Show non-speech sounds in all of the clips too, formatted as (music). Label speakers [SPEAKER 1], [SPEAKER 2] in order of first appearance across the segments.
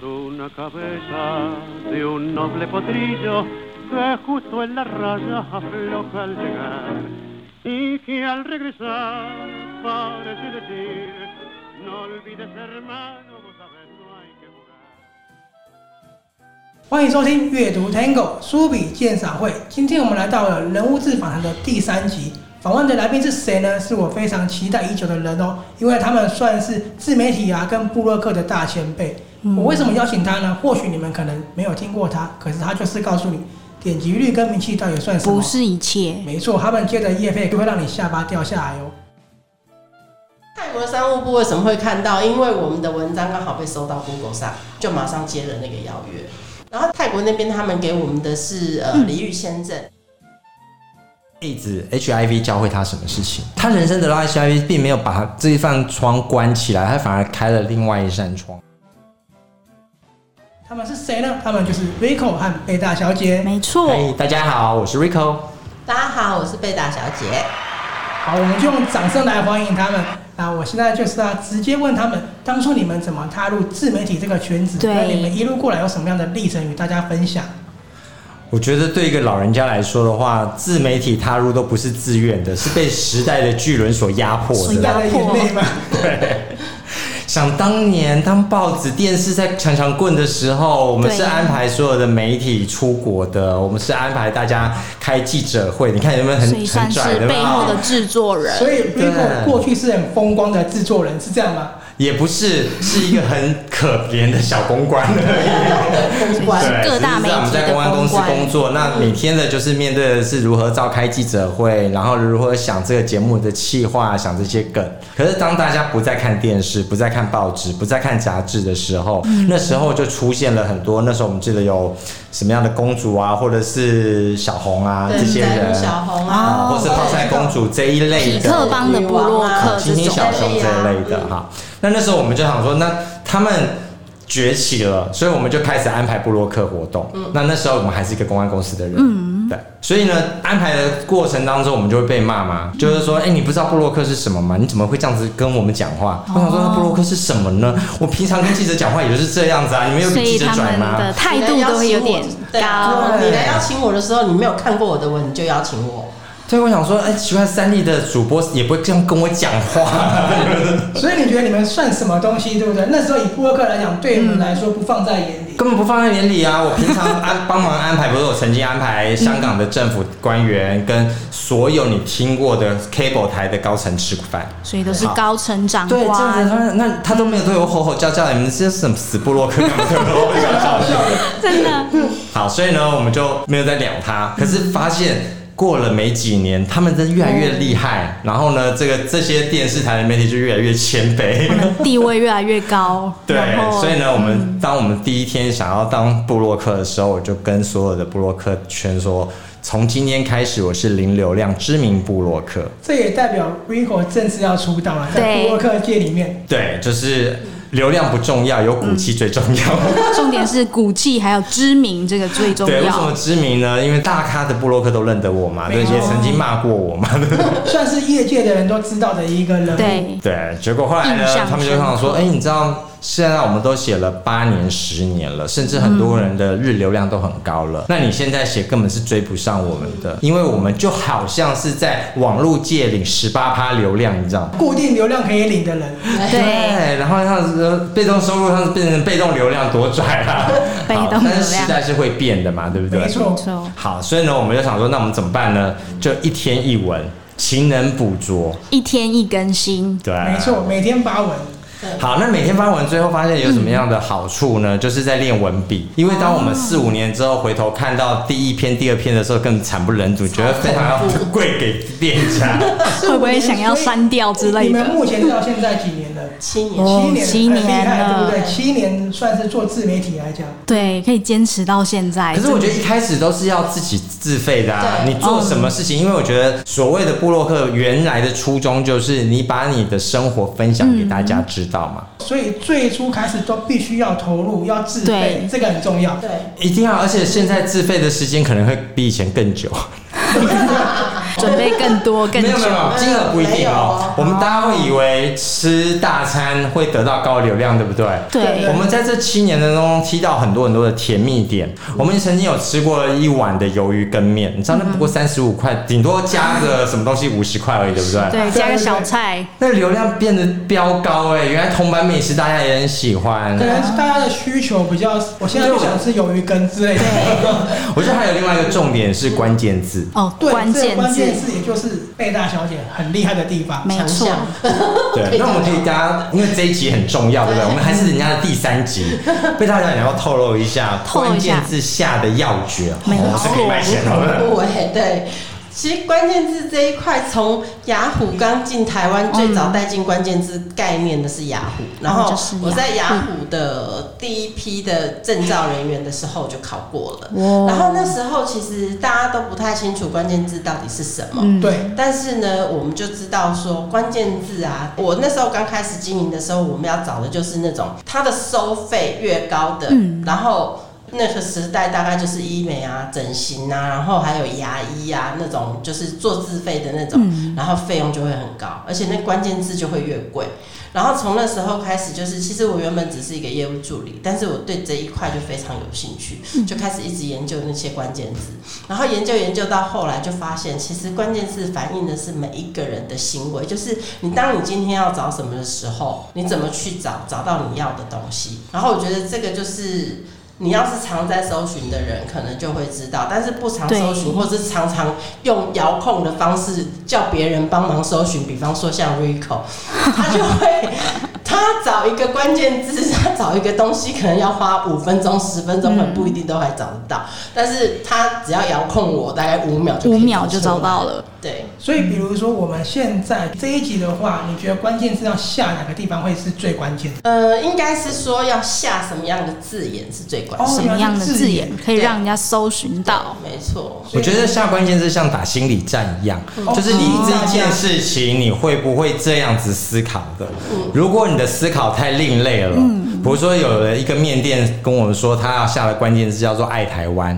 [SPEAKER 1] una cabeza de un noble potrillo que justo en la raya afloja al llegar y que al regresar parece decir, no olvides hermano, vos sabés no hay que jugar.
[SPEAKER 2] 欢迎收听阅读 Tango 书笔鉴赏会。今天我们来到了人物志访谈的第三集，访问的来宾是谁呢？是我非常期待已久的人哦，因为他们算是自媒体啊跟布洛克的大前辈。
[SPEAKER 3] 嗯
[SPEAKER 2] 我为什么邀请他呢？或许你们可能没有听过他，可是他就是告诉你点击率跟名气到底算什么。
[SPEAKER 3] 不是一切。
[SPEAKER 2] 没错，他们接的业费就会让你下巴掉下来哦。
[SPEAKER 4] 泰国商务部为什么会看到？因为我们的文章刚好被收到 Google 上，就马上接了那个邀约。然后泰国那边他们给我们的是呃
[SPEAKER 3] 嗯
[SPEAKER 4] 离域签证，
[SPEAKER 5] AIDS HIV 教会他什么事情？他人生得到 HIV，并没有把这一扇窗关起来，他反而开了另外一扇窗。
[SPEAKER 2] 他们是谁呢？他们就是 Rico 和贝大小姐。
[SPEAKER 3] 没错，
[SPEAKER 5] 嗨，大家好，我是 Rico。
[SPEAKER 4] 大家好，我是贝达小姐。
[SPEAKER 2] 好，我们就用掌声来欢迎他们。那我现在就是要直接问他们，当初你们怎么踏入自媒体这个圈子？
[SPEAKER 3] 对
[SPEAKER 2] 那你们一路过来有什么样的历程与大家分享？
[SPEAKER 5] 我觉得对一个老人家来说的话，自媒体踏入都不是自愿的，是被时代的巨轮所压迫
[SPEAKER 3] 所
[SPEAKER 5] 的
[SPEAKER 3] 压。
[SPEAKER 2] 大家的眼泪吗？
[SPEAKER 5] 想当年，当报纸、电视在强强棍的时候，我们
[SPEAKER 3] 对啊
[SPEAKER 5] 是安排所有的媒体出国的，我们是安排大家开记者会。你看有没有很
[SPEAKER 3] 所以
[SPEAKER 5] 很
[SPEAKER 3] 算是
[SPEAKER 5] 拽的
[SPEAKER 3] 背后
[SPEAKER 5] 吧？
[SPEAKER 3] 的制作人。
[SPEAKER 2] 所以 Rico
[SPEAKER 5] 对
[SPEAKER 2] 过去是很风光的制作人，是这样吗？
[SPEAKER 5] 也不是，是一个很可怜的小公关而已。
[SPEAKER 4] 公关
[SPEAKER 3] 是
[SPEAKER 5] 对，
[SPEAKER 3] 各大
[SPEAKER 5] 实际
[SPEAKER 3] 媒
[SPEAKER 5] 上我们
[SPEAKER 3] 体的
[SPEAKER 5] 在公关公司
[SPEAKER 3] 公关
[SPEAKER 5] 工作，那每天的就是面对的是如何召开记者会，然后如何想这个节目的企划，想这些梗。可是当大家不再看电视、不再看报纸、不再看杂志的时候，那时候就出现了很多。那时候我们记得有什么样的公主啊，或者是小红啊
[SPEAKER 4] 对，
[SPEAKER 5] 这些
[SPEAKER 4] 在
[SPEAKER 5] 人
[SPEAKER 4] 乎，小红
[SPEAKER 5] 啊，
[SPEAKER 4] 啊，
[SPEAKER 5] 或是泡菜公主这一类
[SPEAKER 3] 匹
[SPEAKER 5] 的。
[SPEAKER 3] 克邦的布洛克
[SPEAKER 5] 啊青
[SPEAKER 3] 这
[SPEAKER 5] 青
[SPEAKER 3] 种，
[SPEAKER 5] 小熊这一类的哈。那那时候我们就想说，那他们崛起了，所以我们就开始安排布洛克活动。
[SPEAKER 3] 嗯
[SPEAKER 5] 那那时候我们还是一个公关公司的人，对，所以呢，安排的过程当中，我们就会被骂嘛，
[SPEAKER 3] 嗯
[SPEAKER 5] 就是说，哎、你不知道布洛克是什么吗？你怎么会这样子跟我们讲话？我想说，那布洛克是什么呢？我平常跟记者讲话也就是这样子啊，你们有
[SPEAKER 3] 所
[SPEAKER 5] 比
[SPEAKER 3] 以
[SPEAKER 5] 记者
[SPEAKER 3] 他
[SPEAKER 5] 拽
[SPEAKER 3] 们
[SPEAKER 5] 吗？
[SPEAKER 3] 的态度都会有点
[SPEAKER 4] 对啊
[SPEAKER 3] 高。
[SPEAKER 4] 你来邀请我的时候，你没有看过我的文，你就邀请我。
[SPEAKER 5] 所以我想说，哎、奇怪，三立的主播也不会这样跟我讲话。
[SPEAKER 2] 所以你觉得你们算什么东西，对不对？那时候以布洛克来讲，对你们来说不放在眼里。
[SPEAKER 5] 根本不放在眼里啊！我平常安帮忙安排，不是我曾经安排香港的政府官员跟所有你听过的 cable 台的高层吃饭，
[SPEAKER 3] 所以都是高层长
[SPEAKER 5] 对，这样
[SPEAKER 3] 官，
[SPEAKER 5] 子他那他都没有对我吼吼叫叫，你们这是什么死布洛克干嘛对 (laughs) 我吼吼叫叫的？
[SPEAKER 3] 真的
[SPEAKER 5] 好，所以呢，我们就没有再聊他。可是发现过了没几年，他们真的越来越厉害，然后呢，这个这些电视台的媒体就越来越谦卑。
[SPEAKER 3] 地位越来越高。
[SPEAKER 5] 对
[SPEAKER 3] 然后，
[SPEAKER 5] 所以呢，我们当我们第一天想要当布洛克的时候，我就跟所有的布洛克圈说，从今天开始，我是零流量知名布洛克。
[SPEAKER 2] 这也代表 Rico 正式要出道了，在
[SPEAKER 3] 对
[SPEAKER 2] 布洛克界里面，
[SPEAKER 5] 对，就是流量不重要，有骨气最重
[SPEAKER 3] 嗯
[SPEAKER 5] 要。
[SPEAKER 3] 重点是骨气还有知名，这个最重
[SPEAKER 5] 对，为什么
[SPEAKER 3] 要。
[SPEAKER 5] 知名呢？因为大咖的布洛克都认得我嘛，
[SPEAKER 2] 没
[SPEAKER 5] 对，
[SPEAKER 2] 错
[SPEAKER 5] 也曾经骂过我嘛。
[SPEAKER 2] 算是业界的人都知道的一个人物。
[SPEAKER 3] 对，
[SPEAKER 5] 对，结果后来呢
[SPEAKER 3] 印，象
[SPEAKER 5] 他们就跟我说：“哎、你知道现在我们都写了八年、十年了，甚至很多人的日流量都很高了。那你现在写根本是追不上我们的，因为我们就好像是在网络界领十八趴流量，你知道吗？”
[SPEAKER 2] 固定流量可以领的人，
[SPEAKER 3] 对，
[SPEAKER 5] 然后像是被动收入，像是变成被动流量多拽啦、
[SPEAKER 3] (laughs) 被动
[SPEAKER 5] 好但是
[SPEAKER 3] 流量
[SPEAKER 5] 时代是会变的嘛，对不对？
[SPEAKER 2] 没错
[SPEAKER 3] 没。错
[SPEAKER 5] 好，所以呢，我们就想说，那我们怎么办呢？就一天一文，勤能补拙。
[SPEAKER 3] 一天一更新，
[SPEAKER 5] 对，
[SPEAKER 2] 没错，每天发文，
[SPEAKER 5] 好，那每天发文，最后发现有什么样的好处呢？就是在练文笔，因为当我们四五年之后回头看到第一篇、第二篇的时候，更惨不忍睹，觉得非常要跪给店家。
[SPEAKER 3] 会不会想要删掉之类
[SPEAKER 2] 你们
[SPEAKER 3] 的？
[SPEAKER 2] 目前到现在几年了？
[SPEAKER 4] 七年，
[SPEAKER 3] 哦
[SPEAKER 2] 七年，
[SPEAKER 3] 七
[SPEAKER 2] 很厉
[SPEAKER 3] 年
[SPEAKER 2] 害，对
[SPEAKER 3] 了
[SPEAKER 2] 不对？七年算是做自媒体来讲，
[SPEAKER 3] 对，可以坚持到现在。
[SPEAKER 5] 可是我觉得一开始都是要自己自费的、啊，
[SPEAKER 4] 对
[SPEAKER 5] 你做什么事情？因为我觉得所谓的布洛克原来的初衷就是你把你的生活分享给大家知道嘛。
[SPEAKER 2] 所以最初开始都必须要投入，要自费
[SPEAKER 3] 对，
[SPEAKER 2] 这个很重要。
[SPEAKER 4] 对，
[SPEAKER 5] 一定要，而且现在自费的时间可能会比以前更久。
[SPEAKER 3] 准备更多更
[SPEAKER 5] 没有
[SPEAKER 3] 久
[SPEAKER 5] 没有，没有，金额不一定哦。我们大家会以为吃大餐会得到高流量，对不对？啊
[SPEAKER 3] 对
[SPEAKER 5] 我们在这七年当中踢到很多很多的甜蜜点。我们曾经有吃过一碗的鱿鱼羹面，你知道那不过三十五块，顶多加个什么东西五十块而已，对不对？
[SPEAKER 3] 对，加个小菜，
[SPEAKER 5] 那流量变得飙高哎、原来同版美食大家也很喜欢
[SPEAKER 2] 可。能大家的需求比较，我现在就想吃鱿鱼羹之类的。
[SPEAKER 5] 我觉得还有另外一个重点是关键字，
[SPEAKER 3] 哦，
[SPEAKER 2] 对，
[SPEAKER 3] 关
[SPEAKER 2] 这个
[SPEAKER 3] 键
[SPEAKER 2] 关键
[SPEAKER 3] 字，
[SPEAKER 2] 字也就是贝大小姐很厉害的地方。
[SPEAKER 3] 没
[SPEAKER 4] 强
[SPEAKER 3] 错，
[SPEAKER 4] 项
[SPEAKER 3] (laughs)
[SPEAKER 5] 对，那我们可以大家，因为这一集很重要，对不对？我们还是人家的第三集，被大家也要透露一下
[SPEAKER 3] 透露
[SPEAKER 5] 关
[SPEAKER 3] 一下
[SPEAKER 5] 键字下的要诀，
[SPEAKER 3] 没哦
[SPEAKER 5] 哦是可以卖钱的。
[SPEAKER 4] 不哎，对。其实关键字这一块，从雅虎刚进台湾，最早带进关键字概念的是雅虎。然后
[SPEAKER 3] 哦就是
[SPEAKER 4] 我在
[SPEAKER 3] 雅虎
[SPEAKER 4] 雅虎的第一批的证照人员的时候就考过了。
[SPEAKER 3] 哇
[SPEAKER 4] 然后那时候其实大家都不太清楚关键字到底是什么。
[SPEAKER 3] 嗯，
[SPEAKER 2] 对，
[SPEAKER 4] 但是呢，我们就知道说关键字啊，我那时候刚开始经营的时候，我们要找的就是那种它的收费越高的，
[SPEAKER 3] 嗯
[SPEAKER 4] 然后。那个时代大概就是医美啊、整形啊，然后还有牙医啊那种，就是做自费的那种，
[SPEAKER 3] 嗯
[SPEAKER 4] 然后费用就会很高，而且那关键字就会越贵。然后从那时候开始，就是其实我原本只是一个业务助理，但是我对这一块就非常有兴趣，
[SPEAKER 3] 嗯
[SPEAKER 4] 就开始一直研究那些关键字。然后研究研究到后来，就发现其实关键字反映的是每一个人的行为，就是你当你今天要找什么的时候，你怎么去找，找到你要的东西。然后我觉得这个就是。你要是常在搜寻的人，可能就会知道；但是不常搜寻，
[SPEAKER 3] 对
[SPEAKER 4] 或是常常用遥控的方式叫别人帮忙搜寻，比方说像 Rico，他就会他找一个关键字，他找一个东西，可能要花五分钟、十分钟，很不一定都还找得到。但是他只要遥控我，大概五秒就可以
[SPEAKER 3] 五秒就
[SPEAKER 4] 出来
[SPEAKER 3] 找到。了。
[SPEAKER 4] 对，
[SPEAKER 2] 所以比如说我们现在这一集的话，你觉得关键字要下哪个地方会是最关键的？
[SPEAKER 4] 呃，应该是说要下什么样的字眼是最关
[SPEAKER 2] 哦
[SPEAKER 4] 键。
[SPEAKER 3] 什么样的字眼可以
[SPEAKER 4] 对
[SPEAKER 3] 让人家搜寻到？
[SPEAKER 4] 没错，
[SPEAKER 5] 我觉得下关键字像打心理战一样，
[SPEAKER 3] 嗯
[SPEAKER 5] 就是你这件事情你会不会这样子思考的？
[SPEAKER 3] 嗯
[SPEAKER 5] 如果你的思考太另类了，比如说有了一个面店跟我们说，他要下的关键字叫做“爱台
[SPEAKER 3] (laughs)
[SPEAKER 5] 湾”，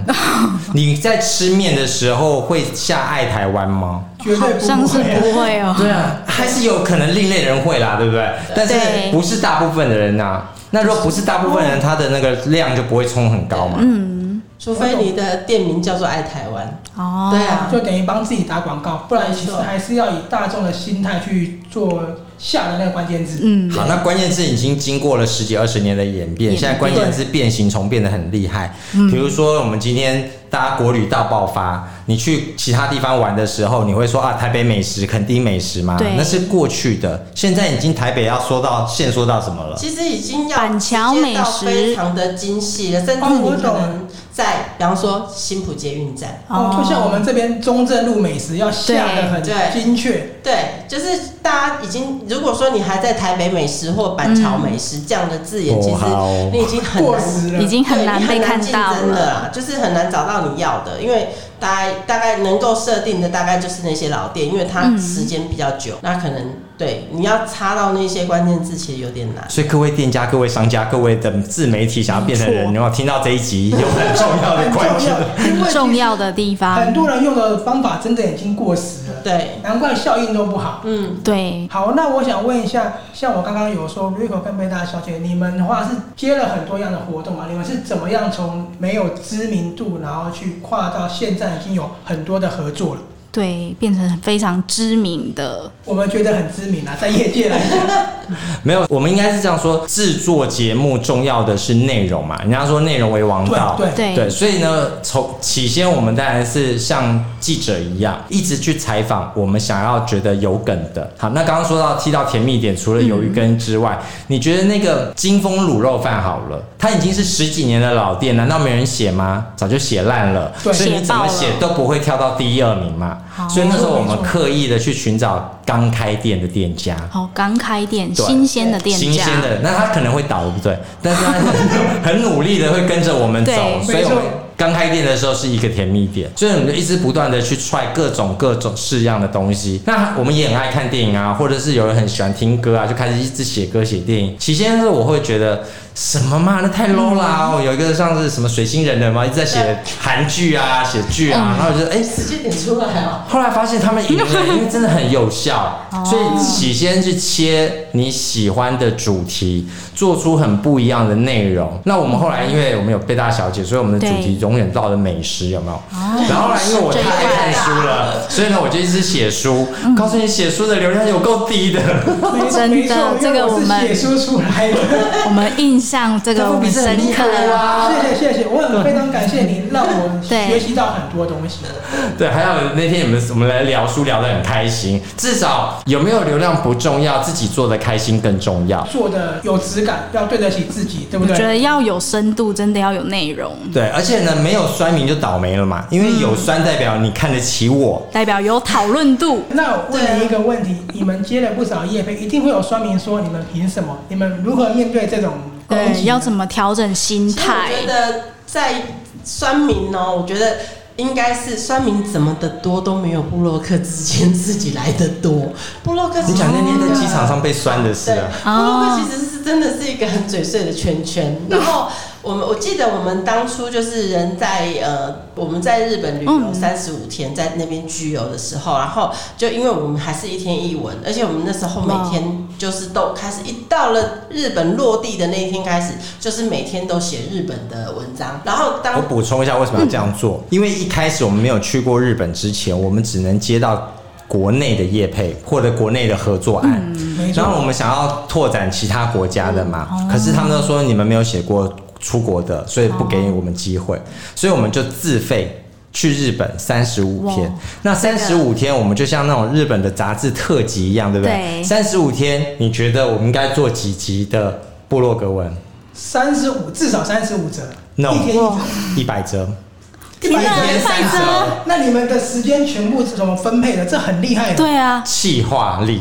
[SPEAKER 5] 你在吃面的时候会下“爱台湾”吗？
[SPEAKER 2] 绝对
[SPEAKER 3] 好像
[SPEAKER 2] 不
[SPEAKER 3] 是
[SPEAKER 2] 会啊。
[SPEAKER 3] 不会哦、
[SPEAKER 5] 对啊，还是有可能另类人会啦，对不对？但是
[SPEAKER 3] 对
[SPEAKER 5] 不是大部分的人呐、那如果不是大部分人，他的那个量就不会冲很高嘛。
[SPEAKER 3] 嗯
[SPEAKER 4] 除非你的店名叫做爱台湾。
[SPEAKER 3] 哦，
[SPEAKER 4] 对啊
[SPEAKER 2] 就等于帮自己打广告，不然其实还是要以大众的心态去做下的那个关键字。
[SPEAKER 3] 嗯，
[SPEAKER 5] 好，那关键字已经经过了十几二十年的演变，
[SPEAKER 3] 演变嗯
[SPEAKER 5] 现在关键字变形虫变得很厉害。比如说，我们今天大家国旅大爆发，你去其他地方玩的时候，你会说啊，台北美食、垦丁美食吗
[SPEAKER 3] 对？
[SPEAKER 5] 那是过去的，现在已经台北要说到限缩到什么了？
[SPEAKER 4] 其实已经要
[SPEAKER 3] 板桥
[SPEAKER 4] 直接
[SPEAKER 3] 美
[SPEAKER 4] 到
[SPEAKER 3] 食
[SPEAKER 4] 非常的精细了，甚至
[SPEAKER 2] 哦
[SPEAKER 4] 你
[SPEAKER 2] 我
[SPEAKER 4] 可
[SPEAKER 2] 懂
[SPEAKER 4] 能在，比方说新浦捷运站，
[SPEAKER 2] 哦，就像我们这边中正路美食要下的很
[SPEAKER 4] 对对
[SPEAKER 2] 精确，
[SPEAKER 4] 对，就是大家已经，如果说你还在台北美食或板
[SPEAKER 3] 嗯
[SPEAKER 4] 桥美食这样的字眼，
[SPEAKER 5] 嗯
[SPEAKER 4] 其实
[SPEAKER 5] 哇哦
[SPEAKER 4] 你已经很
[SPEAKER 2] 过
[SPEAKER 4] 难
[SPEAKER 2] 时了，
[SPEAKER 3] 已经很难被
[SPEAKER 4] 对你
[SPEAKER 3] 看
[SPEAKER 4] 很难竞
[SPEAKER 3] 到
[SPEAKER 4] 争的
[SPEAKER 3] 了。
[SPEAKER 4] 啦，就是很难找到你要的，因为大概大概能够设定的大概就是那些老店，因为它
[SPEAKER 3] 嗯
[SPEAKER 4] 时间比较久，那可能对你要插到那些关键字，其实有点难。
[SPEAKER 5] 所以各位店家、各位商家、各位的自媒体想要变成人，
[SPEAKER 3] 没
[SPEAKER 5] 然后听到这一集有很重要的
[SPEAKER 2] 很
[SPEAKER 5] 关
[SPEAKER 2] 重
[SPEAKER 5] 键。
[SPEAKER 2] 要，因为
[SPEAKER 3] 很重要啊的地
[SPEAKER 2] 很
[SPEAKER 3] 方，
[SPEAKER 2] 多人用的方法真的已经过时了，
[SPEAKER 4] 对，
[SPEAKER 2] 难怪效应都不好。
[SPEAKER 4] 嗯，
[SPEAKER 3] 对，
[SPEAKER 2] 好，那我想问一下，像我刚刚有说 Rico 跟贝大小姐，你们的话是接了很多样的活动嘛？你们是怎么样从没有知名度，然后去跨到现在已经有很多的合作了？
[SPEAKER 3] 对，变成非常知名的，
[SPEAKER 2] 我们觉得很知名啊，在业界来讲，
[SPEAKER 5] 没有，我们应该是这样说：制作节目重要的是内容嘛？人家说内容为王道，
[SPEAKER 2] 对
[SPEAKER 3] 对
[SPEAKER 5] 对，所以呢，从起先我们当然是像记者一样，一直去采访我们想要觉得有梗的。好，那刚刚说到提到甜蜜点，除了鱿鱼羹之外，你觉得那个金丰卤肉饭好了，它已经是十几年的老店，难道没人写吗？早就写烂了，
[SPEAKER 2] 对
[SPEAKER 5] 所以你怎么写
[SPEAKER 3] 写爆
[SPEAKER 5] 都不会跳到第一二名嘛
[SPEAKER 3] 好。
[SPEAKER 5] 所以那时候我
[SPEAKER 2] 没
[SPEAKER 5] 们
[SPEAKER 2] 错
[SPEAKER 5] 刻意的去寻找刚开店的店家。
[SPEAKER 3] 哦，刚开店
[SPEAKER 5] 对
[SPEAKER 3] 新鲜的店
[SPEAKER 5] 新
[SPEAKER 3] 家
[SPEAKER 5] 鲜，的，那他可能会倒，对不对？但是他很努力的会跟着我们走
[SPEAKER 3] 对，
[SPEAKER 5] 所以我
[SPEAKER 2] 没错
[SPEAKER 5] 们刚开店的时候是一个甜蜜点，所以我们就一直不断的去踹各种各种式样的东西。那我们也很爱看电影啊，或者是有人很喜欢听歌啊，就开始一直写歌写电影。起先是我会觉得什么嘛，那太 low 啦、哦，有一个像是什么水星人的嘛，一直在写韩剧啊，写剧
[SPEAKER 3] 嗯
[SPEAKER 5] 啊，然后我就哎、
[SPEAKER 4] 时间点出来哦。
[SPEAKER 5] 后来发现他们赢了，因为真的很有效，所以起先是切你喜欢的主题，做出很不一样的内容。那我们后来因为我们有贝大小姐，所以我们的主题
[SPEAKER 3] 对
[SPEAKER 5] 永远到了美食，有没有？然后后来因为我
[SPEAKER 3] 这
[SPEAKER 5] 太
[SPEAKER 3] 一
[SPEAKER 5] 爱
[SPEAKER 3] 块
[SPEAKER 5] 看书了，所以呢我就一直写书。告诉你，写书的流量有够低的， (laughs)
[SPEAKER 2] 没错
[SPEAKER 3] 哦真的
[SPEAKER 2] 没错因为
[SPEAKER 3] 这个
[SPEAKER 2] 我
[SPEAKER 3] 我们
[SPEAKER 2] 是写书出来的。
[SPEAKER 3] (laughs) 我们印象这个我们深
[SPEAKER 5] 厉
[SPEAKER 3] 刻
[SPEAKER 5] 害啊！
[SPEAKER 2] 谢谢谢谢，我很非常感谢你，让我
[SPEAKER 3] 对
[SPEAKER 2] 学习到很多东西。
[SPEAKER 5] 对，还有那天你们我们来聊书聊得很开心，至少有没有流量不重要，自己做的开心更重要。
[SPEAKER 2] 做的有质感，要对得起自己，对不
[SPEAKER 3] 我觉
[SPEAKER 2] 对？
[SPEAKER 3] 得要有深度，真的要有内容，
[SPEAKER 5] 对，而且呢，没有酸民就倒霉了嘛，因为有酸代表你看得起我。
[SPEAKER 3] 代表有讨论度。
[SPEAKER 2] 那我问你一个问题：你们接了不少业配，一定会有酸民说你们凭什么？你们如何面对这种攻
[SPEAKER 3] 对，
[SPEAKER 2] 击？
[SPEAKER 3] 要怎么调整心
[SPEAKER 4] 其实我
[SPEAKER 3] 态？
[SPEAKER 4] 觉得在酸民哦，我觉得应该是酸民怎么的多都没有布洛克之间自己来的多。布洛克
[SPEAKER 5] 你讲那天在机场
[SPEAKER 4] 上。
[SPEAKER 5] 上被酸的事
[SPEAKER 4] 对，
[SPEAKER 5] 啊，
[SPEAKER 4] 布洛克其实是真的是一个很嘴碎的圈
[SPEAKER 3] (laughs)
[SPEAKER 4] 圈。然后我们我记得我们当初就是人在呃我们在日本旅游
[SPEAKER 3] 嗯
[SPEAKER 4] 三十五天，在那边居游的时候，然后就因为我们还是一天一文，而且我们那时候每
[SPEAKER 3] 哇
[SPEAKER 4] 天就是都开始一到了日本落地的那一天开始，就是每天都写日本的文章。然后当
[SPEAKER 5] 我补充一下为什么要这样做，因为一开始我们没有去过日本之前，我们只能接到国内的业配或者国内的合作案。
[SPEAKER 2] 没
[SPEAKER 5] 然后我
[SPEAKER 2] 错，
[SPEAKER 5] 们想要拓展其他国家的嘛，
[SPEAKER 3] 哦
[SPEAKER 5] 可是他们都说你们没有写过出国的，所以不给我们机会，所以我们就自费。去日本三十五天
[SPEAKER 3] 哇，
[SPEAKER 5] 那三十五天我们就像那种日本的杂志特辑一样，对不对？
[SPEAKER 3] 对
[SPEAKER 5] 三十五天，你觉得我们应该做几集的部落格文
[SPEAKER 2] 三十五至少三十五折，
[SPEAKER 5] ？No，
[SPEAKER 2] 一天一折。
[SPEAKER 5] 一百折，
[SPEAKER 2] 一百
[SPEAKER 3] 天
[SPEAKER 2] 折
[SPEAKER 3] 一百折
[SPEAKER 2] 那你们的时间全部是怎么分配的？这很厉害的。
[SPEAKER 3] (laughs) 对啊，
[SPEAKER 5] 气化
[SPEAKER 3] (laughs)
[SPEAKER 5] 力。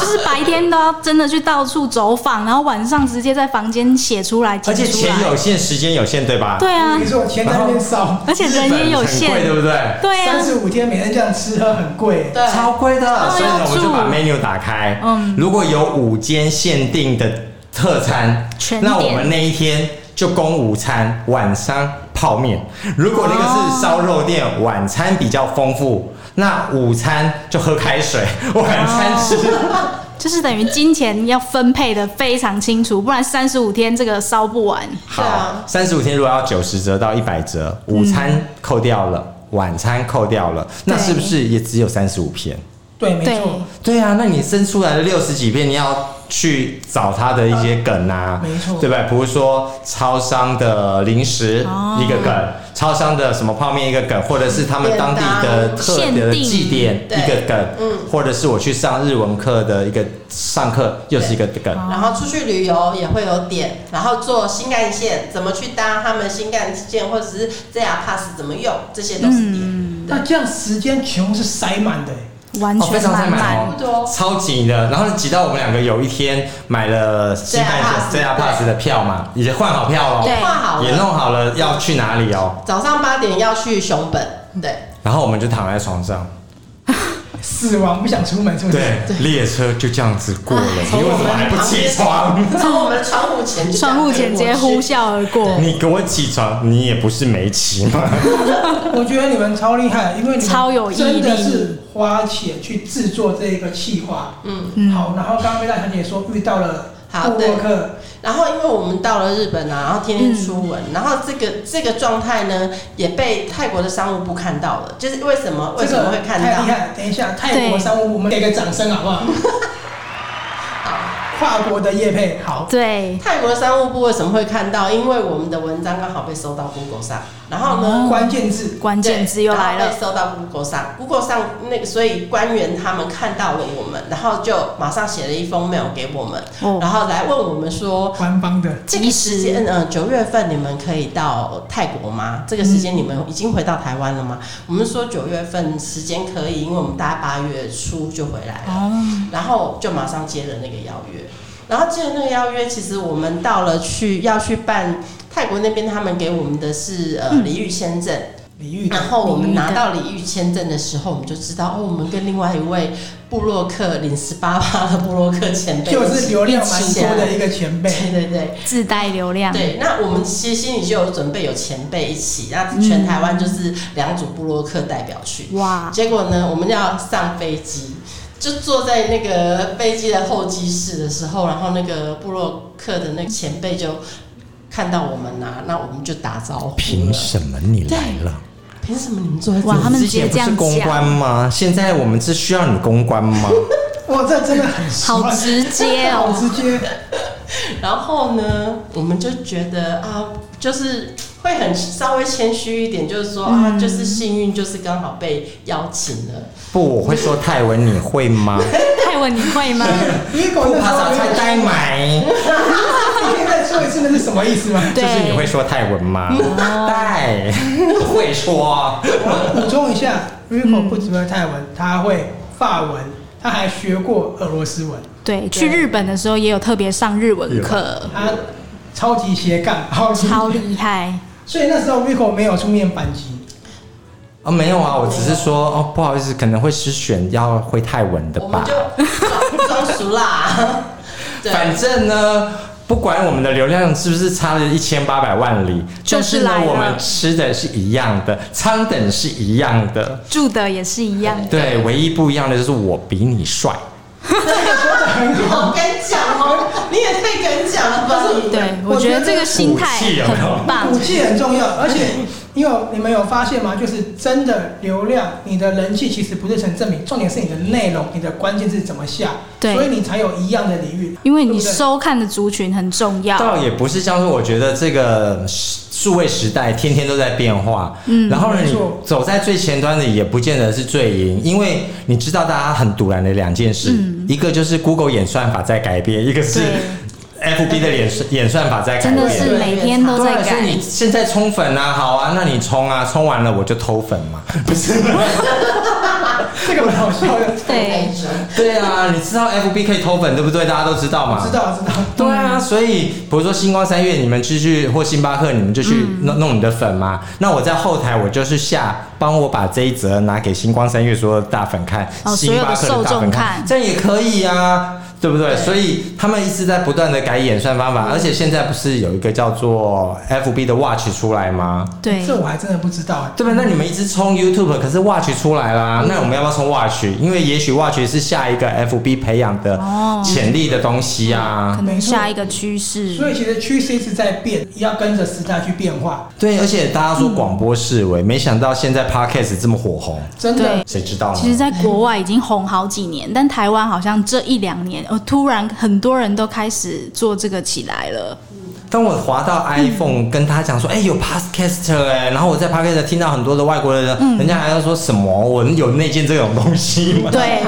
[SPEAKER 3] 就是白天都要真的去到处走访，然后晚上直接在房间写出来，
[SPEAKER 5] 而且
[SPEAKER 3] 剪出来
[SPEAKER 5] 钱有限，时间有限，对吧？
[SPEAKER 3] 对啊
[SPEAKER 2] 你，说我钱在那边烧，
[SPEAKER 3] 而且
[SPEAKER 5] 日
[SPEAKER 3] 人
[SPEAKER 5] 本
[SPEAKER 3] 也有
[SPEAKER 5] 很贵，
[SPEAKER 3] 限
[SPEAKER 5] 对，不对？
[SPEAKER 4] 哎
[SPEAKER 3] 对啊
[SPEAKER 2] 三，十五天每天这样吃喝很贵。
[SPEAKER 4] 对
[SPEAKER 5] 超贵的，
[SPEAKER 3] 超
[SPEAKER 5] 所以呢，
[SPEAKER 3] 要
[SPEAKER 5] 我就
[SPEAKER 3] 注
[SPEAKER 5] 把 menu 打开，
[SPEAKER 3] 嗯
[SPEAKER 5] 如果有五间限定的特餐
[SPEAKER 3] 全，点
[SPEAKER 5] 那我们那一天就供午餐、晚餐泡面。如果那个是烧肉店，晚餐比较丰富。那午餐就喝开水，晚餐吃。
[SPEAKER 3] 哦就是啊等于金钱要分配的非常清楚，不然三十五天这个烧不完。
[SPEAKER 4] 对啊
[SPEAKER 5] 好，三十五天如果要九十折到一百折，午餐扣掉了，晚餐扣掉了，那
[SPEAKER 3] 对
[SPEAKER 5] 是不是也只有三十五片？
[SPEAKER 2] 对，没
[SPEAKER 3] 对，
[SPEAKER 2] 错，
[SPEAKER 5] 对啊，那你生出来的六十几片，你要去找它的一些梗啊，
[SPEAKER 2] 没错
[SPEAKER 5] 对吧？比如说超商的零食
[SPEAKER 3] 哦
[SPEAKER 5] 一个梗，超商的什么泡面一个梗，或者是他们当地的
[SPEAKER 4] 便当
[SPEAKER 5] 特别的
[SPEAKER 3] 限定
[SPEAKER 5] 祭典
[SPEAKER 4] 对
[SPEAKER 5] 一个梗，或者是我去上日文课的一个上课又是一个梗。
[SPEAKER 4] 然后出去旅游也会有点，然后坐新干线怎么去搭他们新干线，或者是 JR Pass 怎么用，这些都是点。
[SPEAKER 3] 嗯
[SPEAKER 4] 对
[SPEAKER 2] 那这样时间全部是塞满的。哎
[SPEAKER 3] 完
[SPEAKER 5] 哦，非
[SPEAKER 3] 全
[SPEAKER 5] 常
[SPEAKER 3] 满
[SPEAKER 5] 塞满
[SPEAKER 3] 满。
[SPEAKER 5] 哦，超级的。然后挤到我们两个有一天买了西半球
[SPEAKER 4] JR
[SPEAKER 5] JR
[SPEAKER 4] Pass
[SPEAKER 5] Pass 的票嘛，也换好票了，
[SPEAKER 4] 也画好
[SPEAKER 5] 也弄
[SPEAKER 4] 了，
[SPEAKER 5] 好了要去哪里哦。
[SPEAKER 4] 早上八点要去熊本，
[SPEAKER 3] (laughs)
[SPEAKER 4] 对，
[SPEAKER 5] 然后我们就躺在床上，
[SPEAKER 2] 死亡不想出门，是不是？
[SPEAKER 5] 对，列车就这样子过了，
[SPEAKER 3] 哎
[SPEAKER 5] 你为什么还不起床？
[SPEAKER 4] 从我们的窗户前就这样
[SPEAKER 3] 窗户前直接呼啸而过，
[SPEAKER 5] 你给哎我起床，你也不是没起吗？
[SPEAKER 2] 我觉得你们超厉害，因为你们
[SPEAKER 3] 超有毅
[SPEAKER 2] 真
[SPEAKER 3] 力
[SPEAKER 2] 的是花钱去制作这个企划。嗯，好，然后刚刚贝大小姐说遇到了
[SPEAKER 4] 好
[SPEAKER 2] 布
[SPEAKER 4] 对
[SPEAKER 2] 洛克，
[SPEAKER 4] 然后因为我们到了日本啊，然后天天
[SPEAKER 3] 嗯
[SPEAKER 4] 出文，然后这个这个状态呢，也被泰国的商务部看到了，就是为什么为
[SPEAKER 2] 这
[SPEAKER 4] 什
[SPEAKER 2] 个
[SPEAKER 4] 么会看
[SPEAKER 2] 太厉
[SPEAKER 4] 到？
[SPEAKER 2] 害了。等一下，泰国商务部，我们给个掌声好不
[SPEAKER 4] (laughs)
[SPEAKER 2] 好？跨国的业配，好，
[SPEAKER 3] 对，
[SPEAKER 4] 泰国的商务部为什么会看到？因为我们的文章刚好被收到 Google 上，然后
[SPEAKER 3] 哦
[SPEAKER 4] 呢，
[SPEAKER 2] 关键字
[SPEAKER 3] 关键字又来
[SPEAKER 4] 对然后
[SPEAKER 3] 了
[SPEAKER 4] 被。收到 Google 上，Google 上那个，所以官员他们看到了我们，然后就马上写了一封 mail 给我们，
[SPEAKER 3] 哦
[SPEAKER 4] 然后来问我们说。
[SPEAKER 2] 官方的，
[SPEAKER 4] 这个时间，呃，九月份你们可以到泰国吗？这个时间你们已经回到台湾了
[SPEAKER 3] 嗯
[SPEAKER 4] 吗？我们说九月份时间可以，因为我们大概八月初就回来了。
[SPEAKER 3] 哦，
[SPEAKER 4] 然后就马上接了那个邀约。然后接了那个邀约，其实我们
[SPEAKER 3] 嗯
[SPEAKER 4] 到了去要去办泰国那边，他们给我们的是呃离域签证。
[SPEAKER 2] 李玉的
[SPEAKER 4] 然后我们拿到李玉签证的时候，我们就知道哦，我们跟另外一位布洛克领十八趴的布洛克前辈，
[SPEAKER 2] 就是流量蛮多的一个前辈，
[SPEAKER 4] 对对对
[SPEAKER 3] 自带流量，
[SPEAKER 4] 对。那我们其实心里就有准备，有前辈一起，那全台湾就是两组布洛克代表去。
[SPEAKER 3] 哇，
[SPEAKER 4] 结果呢，我们要上飞机，就坐在那个飞机的候机室的时候，然后那个布洛克的那个前辈就看到我们拿、那我们就打招呼了。
[SPEAKER 5] 凭什么你来了？
[SPEAKER 4] 凭什么你们坐在这
[SPEAKER 3] 哇
[SPEAKER 4] 里
[SPEAKER 3] 他？们
[SPEAKER 5] 之
[SPEAKER 3] 直接
[SPEAKER 5] 前
[SPEAKER 3] 这
[SPEAKER 5] 不
[SPEAKER 3] 样
[SPEAKER 5] 是
[SPEAKER 3] 讲
[SPEAKER 5] 公关吗？现在我们是需要你公关吗？
[SPEAKER 3] (laughs)
[SPEAKER 2] 哇，这真的很帅
[SPEAKER 3] 好直接
[SPEAKER 2] 好
[SPEAKER 3] 哦，
[SPEAKER 5] (laughs)
[SPEAKER 2] 直接，
[SPEAKER 4] 然后呢，我们就觉得啊，就是会很稍微谦虚一点，就是说、啊，
[SPEAKER 3] 嗯
[SPEAKER 4] 就是幸运，就是刚好被邀请了。
[SPEAKER 5] 不，我会说泰文，你
[SPEAKER 3] (laughs)
[SPEAKER 5] 会吗？
[SPEAKER 3] 泰文你会吗？
[SPEAKER 2] 一狗
[SPEAKER 5] 不
[SPEAKER 2] 那
[SPEAKER 5] 怕
[SPEAKER 2] 时候
[SPEAKER 5] 啥
[SPEAKER 2] 有
[SPEAKER 5] 菜
[SPEAKER 2] 点，
[SPEAKER 5] 呆买，
[SPEAKER 2] 你可以再说一次那是什么意思
[SPEAKER 5] (laughs)
[SPEAKER 2] 吗？
[SPEAKER 5] (laughs) 就
[SPEAKER 3] 对哦
[SPEAKER 5] 是你会说泰文吗？带会说，
[SPEAKER 2] 补充一下，Rico
[SPEAKER 5] 嗯
[SPEAKER 2] 不只会泰文，他会法文，他还学过俄罗斯文，
[SPEAKER 3] 对，去日本的时候也有特别上日文课，
[SPEAKER 2] 他超级斜杠，好级
[SPEAKER 3] 超厉害。
[SPEAKER 2] 所以那时候 Rico 没有出面反击，
[SPEAKER 5] 哦，没有啊，我只是说哦，不好意思，可能会失选，要会泰文的
[SPEAKER 4] 我们
[SPEAKER 5] 吧
[SPEAKER 4] 就。装装熟
[SPEAKER 3] (laughs)
[SPEAKER 4] 啦。对，
[SPEAKER 5] 反正呢，不管我们的流量是不是差了一千八百万里，
[SPEAKER 3] 就
[SPEAKER 5] 但
[SPEAKER 3] 是
[SPEAKER 5] 是呢
[SPEAKER 3] 来，了
[SPEAKER 5] 我们吃的是一样的，舱等是一样的，
[SPEAKER 3] 住的也是一样，
[SPEAKER 5] 对，唯一不一样的就是我比你帅。
[SPEAKER 4] 好敢讲哦，你也太敢讲
[SPEAKER 3] (laughs)
[SPEAKER 4] 了吧？你
[SPEAKER 3] 对，我觉得啊这个心态很棒，
[SPEAKER 2] 武器很重要，而且你有你们有发现吗？就是真的流量，你的人气其实不是成正比，重点是你的内容，你的关键字怎么下，
[SPEAKER 3] 对
[SPEAKER 2] 所以你才有一样的领域，
[SPEAKER 3] 因为
[SPEAKER 2] 对
[SPEAKER 3] 你
[SPEAKER 2] 不对
[SPEAKER 3] 收看的族群很重要，
[SPEAKER 5] 倒也不是像是我觉得这个时数位时代天天都在变化，嗯，然后呢，
[SPEAKER 2] 没
[SPEAKER 5] 你
[SPEAKER 2] 错
[SPEAKER 5] 走在最前端的也不见得是最赢，因为你知道大家很堵然的两件事，
[SPEAKER 3] 嗯
[SPEAKER 5] 一个就是 Google 演算法在改变，一个是
[SPEAKER 4] 对
[SPEAKER 5] FB 的演算演算法在改
[SPEAKER 3] 真的
[SPEAKER 5] 变。
[SPEAKER 3] 是每天都哦在
[SPEAKER 5] 对，啊所以
[SPEAKER 3] 改
[SPEAKER 5] 你。现在冲粉啊，好啊，那你冲啊，冲完了我就偷粉嘛， (laughs) 不是？
[SPEAKER 2] 这个蛮好笑的，
[SPEAKER 3] 对，
[SPEAKER 5] 对啊，你知道 FB 可以偷粉对不对？大家都知道嘛。
[SPEAKER 2] 知道知道。
[SPEAKER 5] 对啊，
[SPEAKER 3] 嗯
[SPEAKER 5] 所以比如说星光三月，你们去去或星巴克，你们就去
[SPEAKER 3] 嗯
[SPEAKER 5] 弄弄你的粉嘛。那我在后台，我就是下帮我把这一则拿给星光三月所有的大粉看，
[SPEAKER 3] 哦
[SPEAKER 5] 星巴克的
[SPEAKER 3] 所有的受
[SPEAKER 5] 大
[SPEAKER 3] 众
[SPEAKER 5] 粉
[SPEAKER 3] 看
[SPEAKER 5] 这样也可以啊。对不对？所以他们一直在不断的改演算方法，
[SPEAKER 3] 嗯
[SPEAKER 5] 而且现在不是有一个叫做 FB 的 Watch 出来吗？
[SPEAKER 3] 对，
[SPEAKER 2] 这我还真的不知道哎，
[SPEAKER 5] 对吧？那你们一直冲 YouTube，可是 Watch 出来
[SPEAKER 3] 嗯
[SPEAKER 5] 啦，那我们要不要冲 Watch？因为也许 Watch 是下一个 FB 培养的
[SPEAKER 3] 哦嗯
[SPEAKER 5] 潜力的东西啊。
[SPEAKER 3] 可能下一个趋势
[SPEAKER 2] 所以其实趋势一直在变，也要跟着时代去变化，
[SPEAKER 5] 对，而且大家说广播视
[SPEAKER 3] 嗯
[SPEAKER 5] 为，没想到现在 podcast 这么火红，
[SPEAKER 2] 真的
[SPEAKER 3] 对。
[SPEAKER 5] 谁知道呢？
[SPEAKER 3] 其实，在国外已经红好几年，但台湾好像这一两年，呃，突然很多人都开始做这个起来了。
[SPEAKER 5] 当我滑到
[SPEAKER 3] 嗯
[SPEAKER 5] iPhone、跟他讲说，哎、有 podcaster 哎、然后我在 podcast 听到很多的外国人，
[SPEAKER 3] 嗯
[SPEAKER 5] 人家还要说什么，我们有内建这种东西吗？
[SPEAKER 3] 对，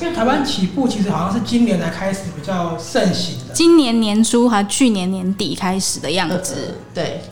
[SPEAKER 2] 因为台湾起步其实好像是今年才开始比较盛行的，
[SPEAKER 3] 今年年初还去年年底开始的样子。
[SPEAKER 4] 对，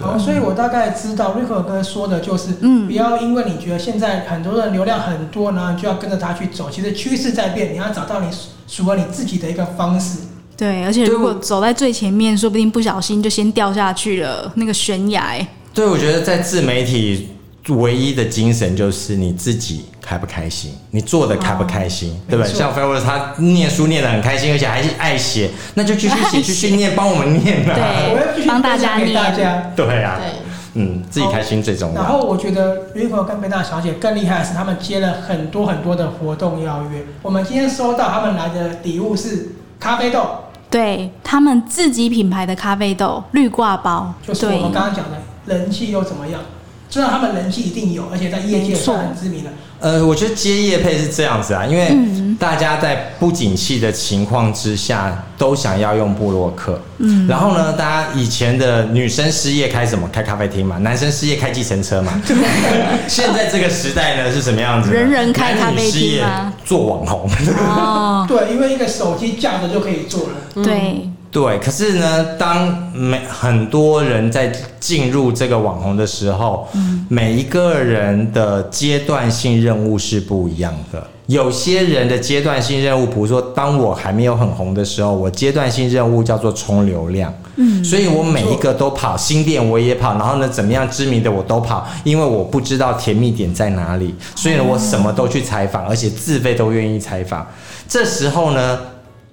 [SPEAKER 2] 好，哦
[SPEAKER 3] 哦
[SPEAKER 2] 所以我大概知道 Rico 哥说的就是，
[SPEAKER 3] 嗯
[SPEAKER 2] 不要因为你觉得现在很多人流量很多呢，就要跟着他去走。其实趋势在变，你要找到你属合你自己的一个方式。
[SPEAKER 3] 对，而且如果走在最前面，说不定不小心就先掉下去了那个悬崖。
[SPEAKER 5] 对，我觉得在自媒体唯一的精神就是你自己开不开心，你做的开不开心，对不对？
[SPEAKER 2] 哦没错
[SPEAKER 5] 像 f e r r s 他念书念得很开心，而且还是爱写，那
[SPEAKER 2] (laughs)
[SPEAKER 5] 就继续写，继续念，帮我们念啊。
[SPEAKER 3] 对
[SPEAKER 2] 我要继续
[SPEAKER 3] 帮大家
[SPEAKER 2] 分享给大
[SPEAKER 3] 念
[SPEAKER 2] 家。
[SPEAKER 5] (laughs) 对啊，
[SPEAKER 4] 对
[SPEAKER 5] 嗯，自己开心最重要。
[SPEAKER 2] 然后我觉得 Rico 跟贝大小姐更厉害的是，他们接了很多很多的活动邀约。我们今天收到他们来的礼物是咖啡豆，
[SPEAKER 3] 对他们自己品牌的咖啡豆绿挂包，
[SPEAKER 2] 就是我
[SPEAKER 3] 对
[SPEAKER 2] 们刚刚讲的人气又怎么样？虽然他们人气一定有，而且在业界也是很知名的。
[SPEAKER 5] 呃，我觉得接业配是这样子啊，因为
[SPEAKER 3] 嗯
[SPEAKER 5] 大家在不景气的情况之下，都想要用布洛克。嗯，然后呢，大家以前的女生失业开什么？开咖啡厅嘛，男生失业开计程
[SPEAKER 3] (laughs)
[SPEAKER 5] 车嘛。 (laughs) 现在这个时代呢是什么样子呢？
[SPEAKER 3] 人人开咖啡厅啊
[SPEAKER 5] 男女失业做网红。
[SPEAKER 2] 嗯
[SPEAKER 3] 哦，
[SPEAKER 2] 对，因为一个手机架着就可以做了。
[SPEAKER 3] 对，
[SPEAKER 5] 对，可是呢，当每很多人在进入这个网红的时候，每一个人的阶段性任务是不一样的。有些人的阶段性任务，比如说，当我还没有很红的时候，我阶段性任务叫做冲流量，嗯，所以我每一个都跑，新店我也跑，然后呢，怎么样知名的我都跑，因为我不知道甜蜜点在哪里，所以呢，我什么都去采访，而且自费都愿意采访。这时候呢，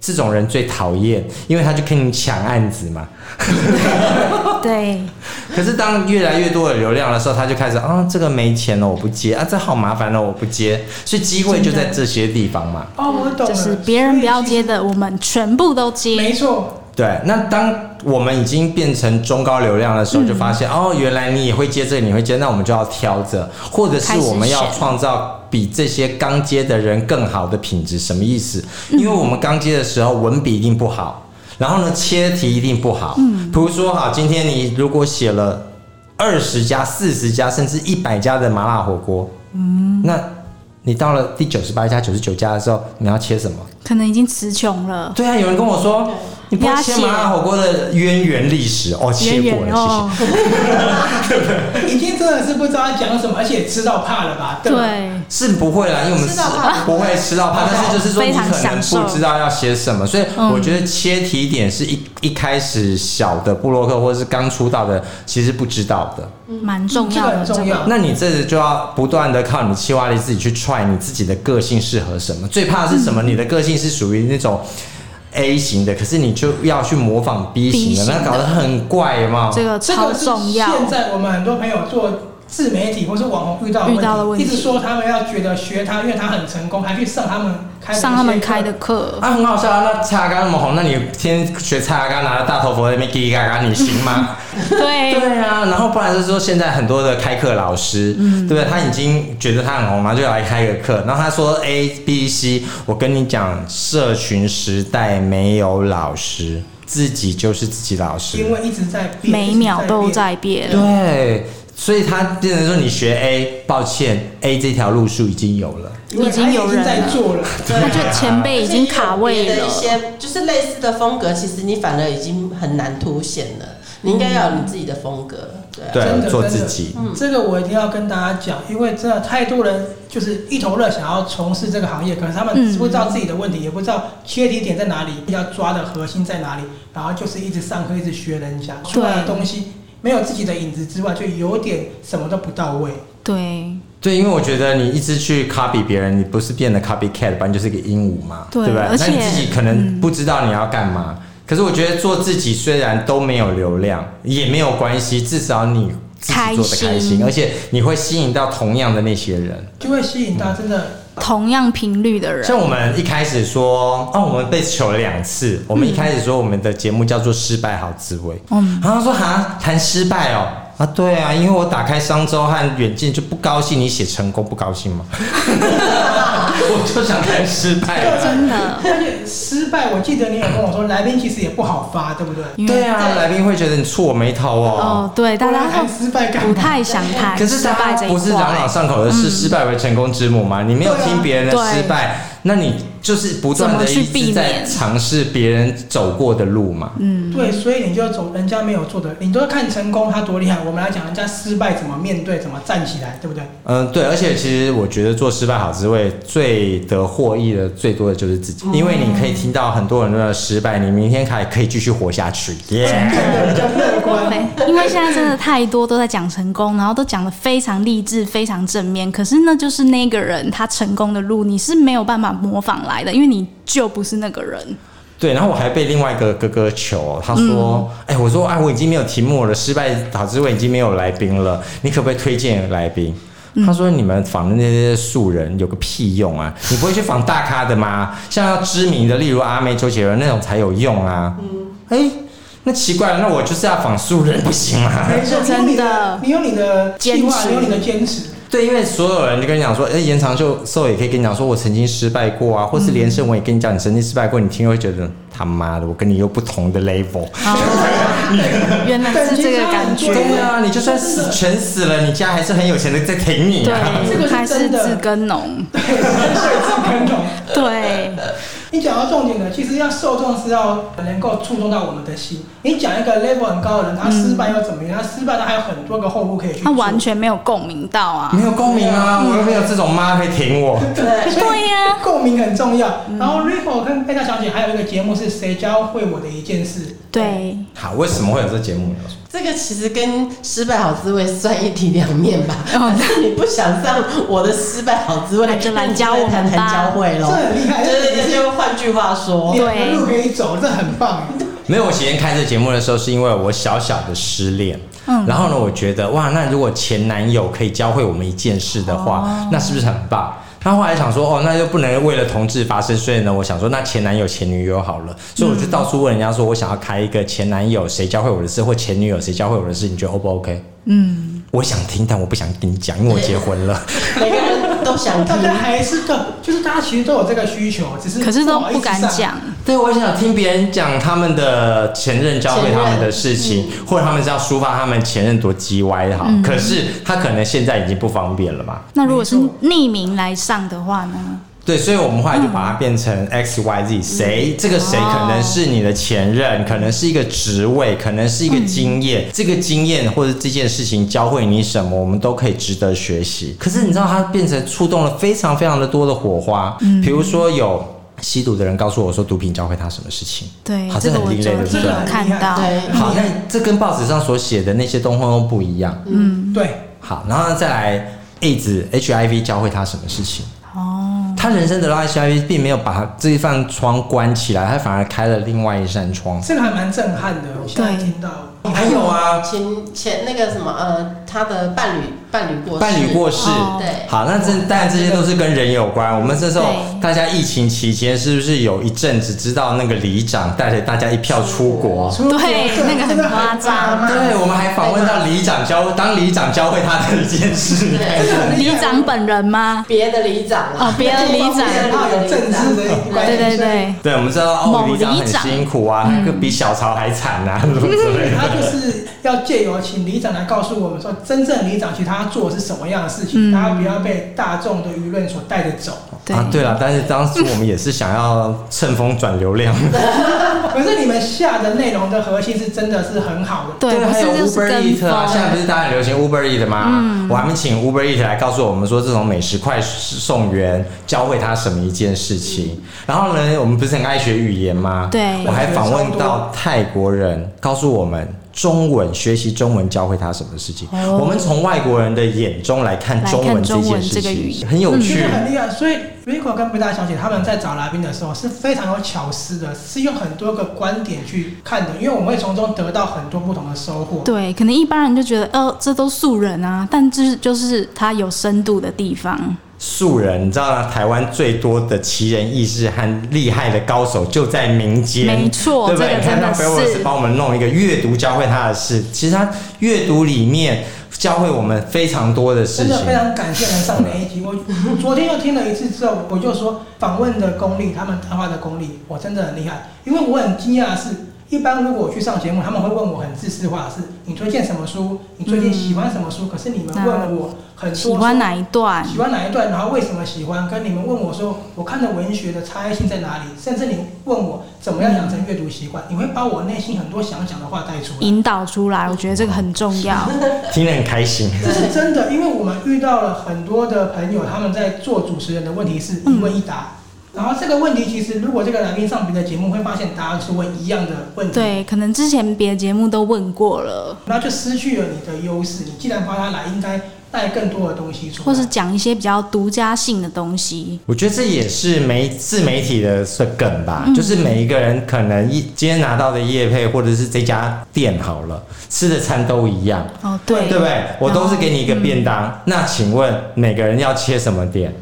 [SPEAKER 5] 这种人最讨厌，因为他就跟你抢案子嘛。嗯
[SPEAKER 3] 对，
[SPEAKER 2] (laughs)
[SPEAKER 5] 可是当越来越多的流量的时候，他就开始啊，这个没钱了，我不接啊，这好麻烦了，我不接。所以机会就在这些地方嘛。
[SPEAKER 2] 哦，我懂了，
[SPEAKER 3] 就是别人不要
[SPEAKER 2] 所以
[SPEAKER 3] 接的，我们全部都
[SPEAKER 2] 其实，没
[SPEAKER 3] 接。
[SPEAKER 2] 错，
[SPEAKER 5] 对，那当我们已经变成中高流量的时候，就发现、哦，原来你也会接这个，你会接，那我们就要挑着，或者是我们要
[SPEAKER 3] 开始选
[SPEAKER 5] 创造比这些刚接的人更好的品质。什么意思？因为我们刚接的时候文笔一定不好，然后呢切题一定不好。嗯，比如说哈，今天你如果写了二十家、四十家甚至一百家的麻辣火锅，嗯，那你到了第九十八家、九十九家的时候，你要切什么？
[SPEAKER 3] 可能已经词穷了，
[SPEAKER 5] 对啊，有人跟我说，你不要
[SPEAKER 3] 鸭
[SPEAKER 5] 切
[SPEAKER 3] 血
[SPEAKER 5] 麻辣火锅的渊源历史哦，切
[SPEAKER 3] 远
[SPEAKER 5] 过
[SPEAKER 3] 远哦
[SPEAKER 5] 了，，
[SPEAKER 2] (laughs) 已经真的是不知道讲什么，而且吃到怕了吧？吧，
[SPEAKER 3] 对，
[SPEAKER 5] 谢谢，是不会啦，因为我们
[SPEAKER 4] 吃到怕
[SPEAKER 5] 不会吃到怕，但是就是说你
[SPEAKER 3] 非常
[SPEAKER 5] 可能
[SPEAKER 3] 享受
[SPEAKER 5] 不知道要写什么，所以
[SPEAKER 3] 嗯
[SPEAKER 5] 我觉得切题点是一一开始小的布洛克或者是刚出道的其实不知道的，
[SPEAKER 2] 嗯
[SPEAKER 3] 蛮重
[SPEAKER 2] 这
[SPEAKER 3] 要
[SPEAKER 2] 个
[SPEAKER 3] 的
[SPEAKER 2] 很
[SPEAKER 3] 这
[SPEAKER 2] 重
[SPEAKER 3] 个。
[SPEAKER 2] 要。
[SPEAKER 5] 那你这就要不断的靠你的企划力自己去踹你自己的个性适合什么，最怕的是什么？
[SPEAKER 3] 嗯
[SPEAKER 5] 你的个性是属于那种 A 型的，可是你就要去模仿 B 型
[SPEAKER 3] B
[SPEAKER 5] 的，
[SPEAKER 3] 型的
[SPEAKER 5] 那搞得很怪嘛。
[SPEAKER 3] 这个
[SPEAKER 2] 这
[SPEAKER 3] 超
[SPEAKER 2] 个是
[SPEAKER 3] 重要，
[SPEAKER 2] 现在我们很多朋友做自媒体或是网红遇到
[SPEAKER 3] 遇到的问题
[SPEAKER 2] 一直说他们要觉得学他，因为他很成功，还去上他们开的一些
[SPEAKER 3] 上他们
[SPEAKER 2] 课
[SPEAKER 3] 开的
[SPEAKER 2] (laughs)
[SPEAKER 3] 课，
[SPEAKER 5] 啊，很好笑啊！那蔡阿刚那么红，那你天天学蔡阿刚拿着大头佛在那边叽叽嘎嘎，你行
[SPEAKER 2] (laughs)
[SPEAKER 5] 吗？
[SPEAKER 2] 哎
[SPEAKER 3] 对，
[SPEAKER 5] 对啊，然后不然就是说现在很多的开课老师，
[SPEAKER 2] 嗯
[SPEAKER 5] 对不对？他已经觉得他很红，然后就来开个课，然后他说 A B C，我跟你讲，社群时代没有老师，自己就是自己老师，
[SPEAKER 2] 因为一直在变，
[SPEAKER 3] 每一秒都
[SPEAKER 2] 一直在变。
[SPEAKER 3] 在变。
[SPEAKER 5] 对，所以他变成说你学 A，抱歉，A 这条路数已经有了。
[SPEAKER 2] 因为
[SPEAKER 3] 已经有人了
[SPEAKER 2] 他在做了，
[SPEAKER 4] 对
[SPEAKER 3] 他就前辈已经卡位
[SPEAKER 4] 而且有别
[SPEAKER 3] 了
[SPEAKER 4] 的一，些就是类似的风格，其实你反而已经很难凸显了。你应该要有你自己的风格，对啊。
[SPEAKER 2] 真
[SPEAKER 5] 对，
[SPEAKER 2] 的
[SPEAKER 5] 做
[SPEAKER 2] 真的
[SPEAKER 5] 自己，
[SPEAKER 3] 嗯
[SPEAKER 2] 这个我一定要跟大家讲，因为真的太多人就是一头热想要从事这个行业，可是他们
[SPEAKER 3] 嗯
[SPEAKER 2] 不知道自己的问题，也不知道切题点在哪里，要抓的核心在哪里，然后就是一直上课，一直学人家出来的东西，没有自己的影子之外，就有点什么都不到位。
[SPEAKER 3] 对
[SPEAKER 5] 对，因为我觉得你一直去 copy 别人，你不是变得 copycat，不然就是一个鹦鹉嘛，
[SPEAKER 3] 对
[SPEAKER 5] 不对？
[SPEAKER 3] 而
[SPEAKER 5] 那
[SPEAKER 3] 且嗯
[SPEAKER 5] 你自己可能不知道你要干嘛。可是我觉得做自己虽然都没有流量，也没有关系，至少你自己做的开
[SPEAKER 3] 开
[SPEAKER 5] 心，
[SPEAKER 3] 心
[SPEAKER 5] 而且你会吸引到同样的那些人。
[SPEAKER 2] 就会吸引到真的
[SPEAKER 3] 同样频率的人，
[SPEAKER 5] 像我们一开始说，哦，我们被求了两次。我们一开始说我们的节目叫做《失败好滋味》，
[SPEAKER 3] 嗯
[SPEAKER 5] 然后他说哈谈失败哦，啊对啊，因为我打开商周和远见就不高兴，你写成功不高兴
[SPEAKER 3] (laughs)
[SPEAKER 5] 吗？我就想谈失败啊。
[SPEAKER 3] 真的，
[SPEAKER 2] 而且 (laughs) 失败，我记得你有跟我说，来宾其实也不好发，对不对？
[SPEAKER 3] 因为
[SPEAKER 5] 对啊，来宾会觉得你触我眉头哦。
[SPEAKER 3] 哦，对，大
[SPEAKER 2] 不然
[SPEAKER 3] 家
[SPEAKER 2] 谈
[SPEAKER 3] 都
[SPEAKER 2] 失败干
[SPEAKER 3] 不
[SPEAKER 2] 嘛？
[SPEAKER 3] 太想谈
[SPEAKER 5] 可是
[SPEAKER 3] 失
[SPEAKER 5] 大
[SPEAKER 3] 败这
[SPEAKER 5] 家不是
[SPEAKER 3] 一
[SPEAKER 5] 朗朗
[SPEAKER 3] 块，
[SPEAKER 5] 上口的是
[SPEAKER 3] 嗯
[SPEAKER 5] 失败为成功之母嘛？你没有听别人的
[SPEAKER 3] 对啊
[SPEAKER 5] 失败，那你就是不断
[SPEAKER 3] 怎
[SPEAKER 5] 的
[SPEAKER 3] 么去
[SPEAKER 5] 一直
[SPEAKER 3] 避
[SPEAKER 5] 在
[SPEAKER 3] 免
[SPEAKER 5] 尝试别人走过的路嘛。
[SPEAKER 3] 嗯
[SPEAKER 2] 对，所以你就走人家没有做的，你都要看成功他多厉害。我们来讲人家失败怎么面对，怎么站起来，对不对？
[SPEAKER 5] 嗯，对，而且其实我觉得做失败好滋味，最得获益的最多的就是自己，因为你可以听到很多很多的失败，你明天还可以继续活下去，耶、
[SPEAKER 2] 比较乐观。
[SPEAKER 3] 对，因为现在真的太多都在讲成功，然后都讲的非常励志、非常正面，可是那就是那个人他成功的路，你是没有办法模仿来的，因为你就不是那个人。
[SPEAKER 5] 对，然后我还被另外一个哥哥求，哦他说：“哎、我说啊，我已经没有题目了，失败好滋味已经没有来宾了，你可不可以推荐来宾？”他说：“你们访的那些素人有个屁用啊！你不会去访大咖的吗？像要知名的，例如阿妹、周杰伦那种才有用啊。”哎，那奇怪了，那我就是要访素人不行吗？
[SPEAKER 2] 没错，你有你
[SPEAKER 3] 真的
[SPEAKER 2] 你有你的计划，
[SPEAKER 3] 坚持
[SPEAKER 2] 你有你的坚持，
[SPEAKER 5] 对，因为所有人就跟你讲说，哎、延长寿寿也可以跟你讲说，我曾经失败过啊，或是连胜我也跟你讲，你曾经失败过，你听会觉得他妈的，我跟你又不同的 level。
[SPEAKER 3] 原来是这个感觉，
[SPEAKER 5] 对啊，你就算死全死了，你家还是很有钱的在挺你啊。
[SPEAKER 2] 这个
[SPEAKER 3] 对，
[SPEAKER 2] 是
[SPEAKER 3] 还是
[SPEAKER 2] 真的
[SPEAKER 3] 自耕农，
[SPEAKER 2] 对，所以是跟懂。
[SPEAKER 3] 对，
[SPEAKER 2] 你讲到重点了，其实要受众是要能够触动到我们的心。你讲一个 level 很高的人，他失败又怎么样？他失败他还有很多个后路可以去做。
[SPEAKER 3] 他嗯完全没有共鸣到啊
[SPEAKER 5] 没。有共鸣啊，我又没有这种妈可以挺我。
[SPEAKER 4] 对，
[SPEAKER 3] 对呀、
[SPEAKER 2] 共鸣很重要。然后 Rico 跟贝大小姐还有一个节目是谁教会我的一件事。
[SPEAKER 3] 对，
[SPEAKER 5] 好，为什么会有这节目呢？
[SPEAKER 4] 这个其实跟失败好滋味算一体两面吧。反正你不想上我的失败好滋味，
[SPEAKER 3] 哦
[SPEAKER 4] (laughs)
[SPEAKER 3] 那就来教我
[SPEAKER 4] 那你
[SPEAKER 3] 们吧
[SPEAKER 4] 谈谈教会
[SPEAKER 2] 这
[SPEAKER 4] 喽。
[SPEAKER 2] 很厉害，
[SPEAKER 4] 就
[SPEAKER 2] 这
[SPEAKER 4] 是
[SPEAKER 2] 是
[SPEAKER 4] 这就换句
[SPEAKER 3] (laughs)
[SPEAKER 4] 话说，
[SPEAKER 2] 两个路可以走，这很棒。
[SPEAKER 5] 没有，我前天看这节目的时候，是因为我小小的失恋。
[SPEAKER 3] 嗯
[SPEAKER 5] 然后呢，我觉得哇，那如果前男友可以教会我们一件事的话，那是不是很棒？然后后来想说，哦，那就不能为了同志发声，所以呢，我想说，那前男友、前女友好了，所以我就到处问人家说，我想要开一个前男友谁教会我的事，或前女友谁教会我的事，你觉得 O 不 OK？嗯，我想听，但我不想跟你讲，因为我结婚了。
[SPEAKER 4] 每个人都想听
[SPEAKER 2] (laughs) 大。家还是个，就是大家其实都有这个需求，只是
[SPEAKER 3] 可是都
[SPEAKER 2] 好意
[SPEAKER 3] 不
[SPEAKER 2] 思
[SPEAKER 3] 敢
[SPEAKER 2] 上。
[SPEAKER 3] 讲。
[SPEAKER 5] 对，我想听别人讲他们的前任嗯教会他们的事情，或者他们是要抒发他们前任多鸡歪哈。可是他可能现在已经不方便了嘛。
[SPEAKER 3] 那如果是
[SPEAKER 2] 没错
[SPEAKER 3] 匿名来上的话呢？
[SPEAKER 5] 对，所以我们后来就把它变成 X Y Z，谁、这个谁可能是你的前任，可能是一个职位，可能是一个经验，这个经验或者这件事情教会你什么，我们都可以值得学习。可是你知道，它变成触动了非常非常的多的火花，比如说有。吸毒的人告诉我说，毒品教会他什么事情？
[SPEAKER 3] 对
[SPEAKER 5] 好，
[SPEAKER 3] 这个
[SPEAKER 5] 像很
[SPEAKER 3] 我
[SPEAKER 5] 另类的，
[SPEAKER 3] 昨天
[SPEAKER 5] 对不对？
[SPEAKER 3] 有看到。
[SPEAKER 4] 对，
[SPEAKER 5] 好，那这跟报纸上所写的那些东风都不一样。
[SPEAKER 3] 嗯
[SPEAKER 2] 对，
[SPEAKER 5] 好，然后再来 AIDS HIV 教会他什么事情？
[SPEAKER 3] 哦，
[SPEAKER 5] 他人生得到 HIV 并没有把他这一扇窗关起来，他反而开了另外一扇窗。
[SPEAKER 2] 这个还蛮震撼的。我现在
[SPEAKER 3] 对
[SPEAKER 2] 听到，
[SPEAKER 5] 还有啊，
[SPEAKER 4] 前前那个什么呃，他的伴侣伴侣过世
[SPEAKER 5] (laughs) 伴侣过世。
[SPEAKER 3] 哦
[SPEAKER 4] 对，
[SPEAKER 5] 好，那这当然这些都是跟人有关。我们这时候
[SPEAKER 3] 对
[SPEAKER 5] 大家疫情期间，是不是有一阵子知道那个里长带着大家一票出国？
[SPEAKER 2] 出国
[SPEAKER 3] 对
[SPEAKER 2] 这
[SPEAKER 3] 那个
[SPEAKER 2] 真
[SPEAKER 3] 很
[SPEAKER 2] 的
[SPEAKER 3] 夸张
[SPEAKER 5] 对，我们还访问到里长教当里长教会他的一件事。
[SPEAKER 4] 对，
[SPEAKER 3] 里长本人吗？
[SPEAKER 4] 别的里长啊
[SPEAKER 3] 哦，别的里长。
[SPEAKER 2] 很怕有政治的关系。
[SPEAKER 3] 对对对，
[SPEAKER 5] 对，我们知道哦，
[SPEAKER 3] 某
[SPEAKER 5] 里长
[SPEAKER 3] 里
[SPEAKER 5] 很
[SPEAKER 3] 长嗯
[SPEAKER 5] 辛苦啊，那个比小曹还惨啊，什么之类的。
[SPEAKER 2] 他就是要借由请里长来告诉我们说，真正里长其实他做的是什么样的事情，
[SPEAKER 3] 嗯
[SPEAKER 2] 大家不要被大众的舆论所带着走。
[SPEAKER 3] (laughs) 对
[SPEAKER 5] 啊，对了，但是当时我们也是想要趁风转流量，
[SPEAKER 2] 可是你们下的内容的核心是真的是很好的，
[SPEAKER 3] 对，
[SPEAKER 5] 对，
[SPEAKER 3] 不
[SPEAKER 5] 还
[SPEAKER 3] 是
[SPEAKER 5] 有
[SPEAKER 3] 就是
[SPEAKER 5] Uber
[SPEAKER 3] 跟
[SPEAKER 5] Eat 啊，现在不
[SPEAKER 3] 风。嗯
[SPEAKER 5] 是大家很流行 Uber Eat 吗？我还没请 Uber Eat 来告诉我们说，这种美食快送员教会他什么一件事情。然后呢，我们不是很爱学语言吗？
[SPEAKER 3] 对
[SPEAKER 5] 我还访问到泰国人，告诉我们中文学习中文教会他什么事情。
[SPEAKER 3] 哦
[SPEAKER 5] 我们从外国人的眼中来看
[SPEAKER 3] 来看
[SPEAKER 5] 中文这
[SPEAKER 3] 中文
[SPEAKER 5] 件事
[SPEAKER 3] 这个语
[SPEAKER 5] 情，
[SPEAKER 3] 言
[SPEAKER 5] 很有
[SPEAKER 2] 其
[SPEAKER 5] 趣
[SPEAKER 2] 实。很厉害。所以 Rico 跟北大小姐他们在找来宾的时候是非常有巧思的，是用很多个观点去看的，因为我们会从中得到很多不同的收获。
[SPEAKER 3] 对，可能一般人就觉得，呃，这都素人啊，但这就是他有深度的地方。
[SPEAKER 5] 素人，你知道吗？台湾最多的奇人异事和厉害的高手就在民间，
[SPEAKER 3] 没错
[SPEAKER 5] 对不对？
[SPEAKER 3] 这个
[SPEAKER 5] 你看
[SPEAKER 3] 真的
[SPEAKER 5] 像
[SPEAKER 3] 是
[SPEAKER 5] f e r r s 帮我们弄一个阅读教会他的事，其实他阅读里面教会我们非常多的事
[SPEAKER 2] 真的
[SPEAKER 5] 情
[SPEAKER 2] 非。常感谢能上那一集。我昨天又听了一次之后，我就说访问的功力，他们谈话的功力，我真的很厉害。因为我很惊讶的是，一般如果我去上节目，他们会问我很自私化的是，你推荐什么书？你最近喜欢什么书？可是你们问了我很多
[SPEAKER 3] 喜欢哪一段
[SPEAKER 2] 书？喜欢哪一段，然后为什么喜欢？跟你们问我说，我看的文学的差异性在哪里？甚至你问我怎么样养成阅读习惯，你会把我内心很多想讲的话带出来。
[SPEAKER 3] 引导出来，我觉得这个很重
[SPEAKER 5] (laughs)
[SPEAKER 3] 要。
[SPEAKER 5] 听得很开心。
[SPEAKER 2] 这是真的，因为我们遇到了很多的朋友，他们在做主持人的问题是一问一答。
[SPEAKER 3] 嗯
[SPEAKER 2] 然后这个问题其实，如果这个来宾上别的节目，会发现答案是问一样的问题，，
[SPEAKER 3] 对，可能之前别的节目都问过了，
[SPEAKER 2] 那就失去了你的优势。你既然帮他来，应该带更多的东西出来。
[SPEAKER 3] 或是讲一些比较独家性的东西。
[SPEAKER 5] 我觉得这也是媒自媒体的梗吧，
[SPEAKER 3] 嗯
[SPEAKER 5] 就是每一个人可能一今天拿到的业配，或者是这家店好了，吃的餐都一样，
[SPEAKER 3] 哦，对，嗯
[SPEAKER 5] 对不对？我都是给你一个便当，那请问每个人要切什么点？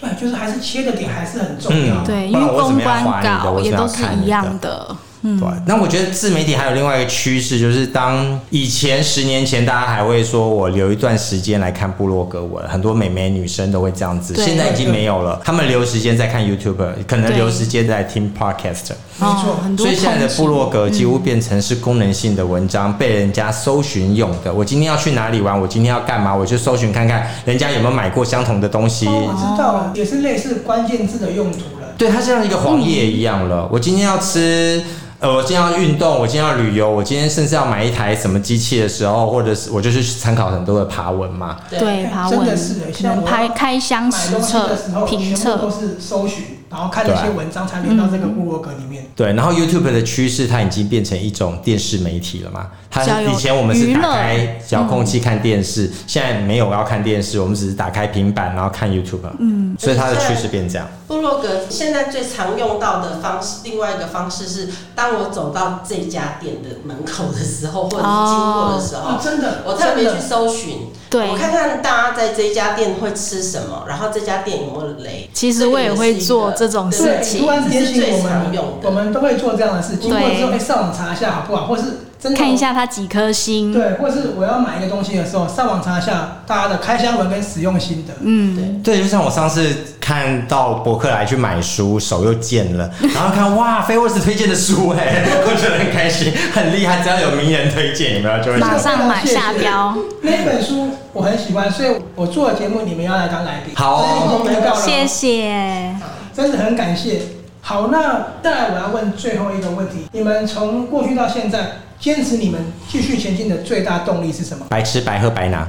[SPEAKER 2] 对，就是还是切的点还是很重要。
[SPEAKER 5] 嗯
[SPEAKER 3] 对，因
[SPEAKER 5] 不
[SPEAKER 3] 为
[SPEAKER 5] 然我怎
[SPEAKER 3] 公
[SPEAKER 5] 么样划
[SPEAKER 3] 关
[SPEAKER 5] 你的
[SPEAKER 3] 稿
[SPEAKER 5] 我
[SPEAKER 3] 也
[SPEAKER 5] 怎
[SPEAKER 3] 都
[SPEAKER 5] 么
[SPEAKER 3] 是
[SPEAKER 5] 样看你
[SPEAKER 3] 一样
[SPEAKER 5] 的
[SPEAKER 3] 的。
[SPEAKER 5] 对，那我觉得自媒体还有另外一个趋势，就是当以前十年前，大家还会说我留一段时间来看部落格文，很多美眉女生都会这样子，
[SPEAKER 3] 对
[SPEAKER 5] 现在已经没有了，她们留时间在看 YouTube，可能
[SPEAKER 3] 对
[SPEAKER 5] 留时间在听 Podcast，
[SPEAKER 2] 没错
[SPEAKER 3] 哦，很多
[SPEAKER 5] 所以现在的
[SPEAKER 3] 通勤
[SPEAKER 5] 部落格几乎变成是功能性的文
[SPEAKER 3] 嗯
[SPEAKER 5] 章，被人家搜寻用的。我今天要去哪里玩，我今天要干嘛，我就搜
[SPEAKER 2] 哦
[SPEAKER 5] 寻看看人家有没有买过相同的东西。
[SPEAKER 2] 哦，我知道了，也是类似关键字的用途了。
[SPEAKER 5] 对，它像一个黄页一样了。我今天要吃，呃，我今天要运动，我今天要旅游，我今天甚至要买一台什么机器的时候，或者是我就去参考很多的爬文嘛。
[SPEAKER 3] 对，爬
[SPEAKER 2] 真
[SPEAKER 3] 文
[SPEAKER 2] 的是欸
[SPEAKER 3] 可
[SPEAKER 2] 像
[SPEAKER 3] 能
[SPEAKER 2] 我
[SPEAKER 3] 拍开箱
[SPEAKER 2] 买
[SPEAKER 3] 实
[SPEAKER 2] 东西
[SPEAKER 3] 测
[SPEAKER 2] 的时候，
[SPEAKER 3] 评
[SPEAKER 2] 全部
[SPEAKER 3] 测
[SPEAKER 2] 都，是搜寻，然后看那些
[SPEAKER 5] 对
[SPEAKER 2] 文章才连到这个部落格里面。
[SPEAKER 5] 对，然后 YouTube 的趋势它已经变成一种电视媒体了嘛。它
[SPEAKER 3] 比较有
[SPEAKER 5] 以前我们是
[SPEAKER 3] 娱乐
[SPEAKER 5] 打开遥控器看电视，现在没有要看电视，我们只是打开平板然后看 YouTube。嗯，所以它的趋势变这样。
[SPEAKER 4] 部落格现在最常用到的方式，另外一个方式是，当我走到这家店的门口的时候，或者是经过的时候，
[SPEAKER 2] 哦，真的，
[SPEAKER 4] 我特别
[SPEAKER 2] 真
[SPEAKER 4] 去
[SPEAKER 2] 的
[SPEAKER 4] 搜寻，
[SPEAKER 3] 对
[SPEAKER 4] 我看看大家在这家店会吃什么，然后这家店有没有雷。
[SPEAKER 3] 其实我也会做这种
[SPEAKER 4] 对
[SPEAKER 3] 事
[SPEAKER 2] 对，
[SPEAKER 3] 情
[SPEAKER 2] 突。然点
[SPEAKER 4] 这是
[SPEAKER 2] 醒我
[SPEAKER 4] 最常
[SPEAKER 2] 们
[SPEAKER 4] 用的，
[SPEAKER 2] 我们都会做这样的事情。或者
[SPEAKER 3] 对
[SPEAKER 2] 说，哎，上网查一下好不好？或是真的
[SPEAKER 3] 看一。下它几颗星，
[SPEAKER 2] 对，或是我要买一个东西的时候，上网查一下大家的开箱文跟使用心得。
[SPEAKER 3] 嗯，
[SPEAKER 4] 对，
[SPEAKER 5] 对，就像我上次看到博客来去买书，手又贱了， (laughs) 然后看哇，菲沃斯推荐的书哎、我觉得很开心，很厉害。只要有名人推荐，有没有就会
[SPEAKER 3] 马
[SPEAKER 5] 说
[SPEAKER 3] 上买下标，
[SPEAKER 2] 那一本书我很喜欢，所以我做的节目你们要来当来宾。
[SPEAKER 5] 好哦
[SPEAKER 2] 所以你们听到了吗
[SPEAKER 3] 谢谢。
[SPEAKER 2] (laughs) 真的很感谢。好，那再来我要问最后一个问题：你们从过去到现在，坚持你们继续前进的最大动力是
[SPEAKER 3] (laughs)
[SPEAKER 2] 什么？
[SPEAKER 5] 白吃白喝白拿。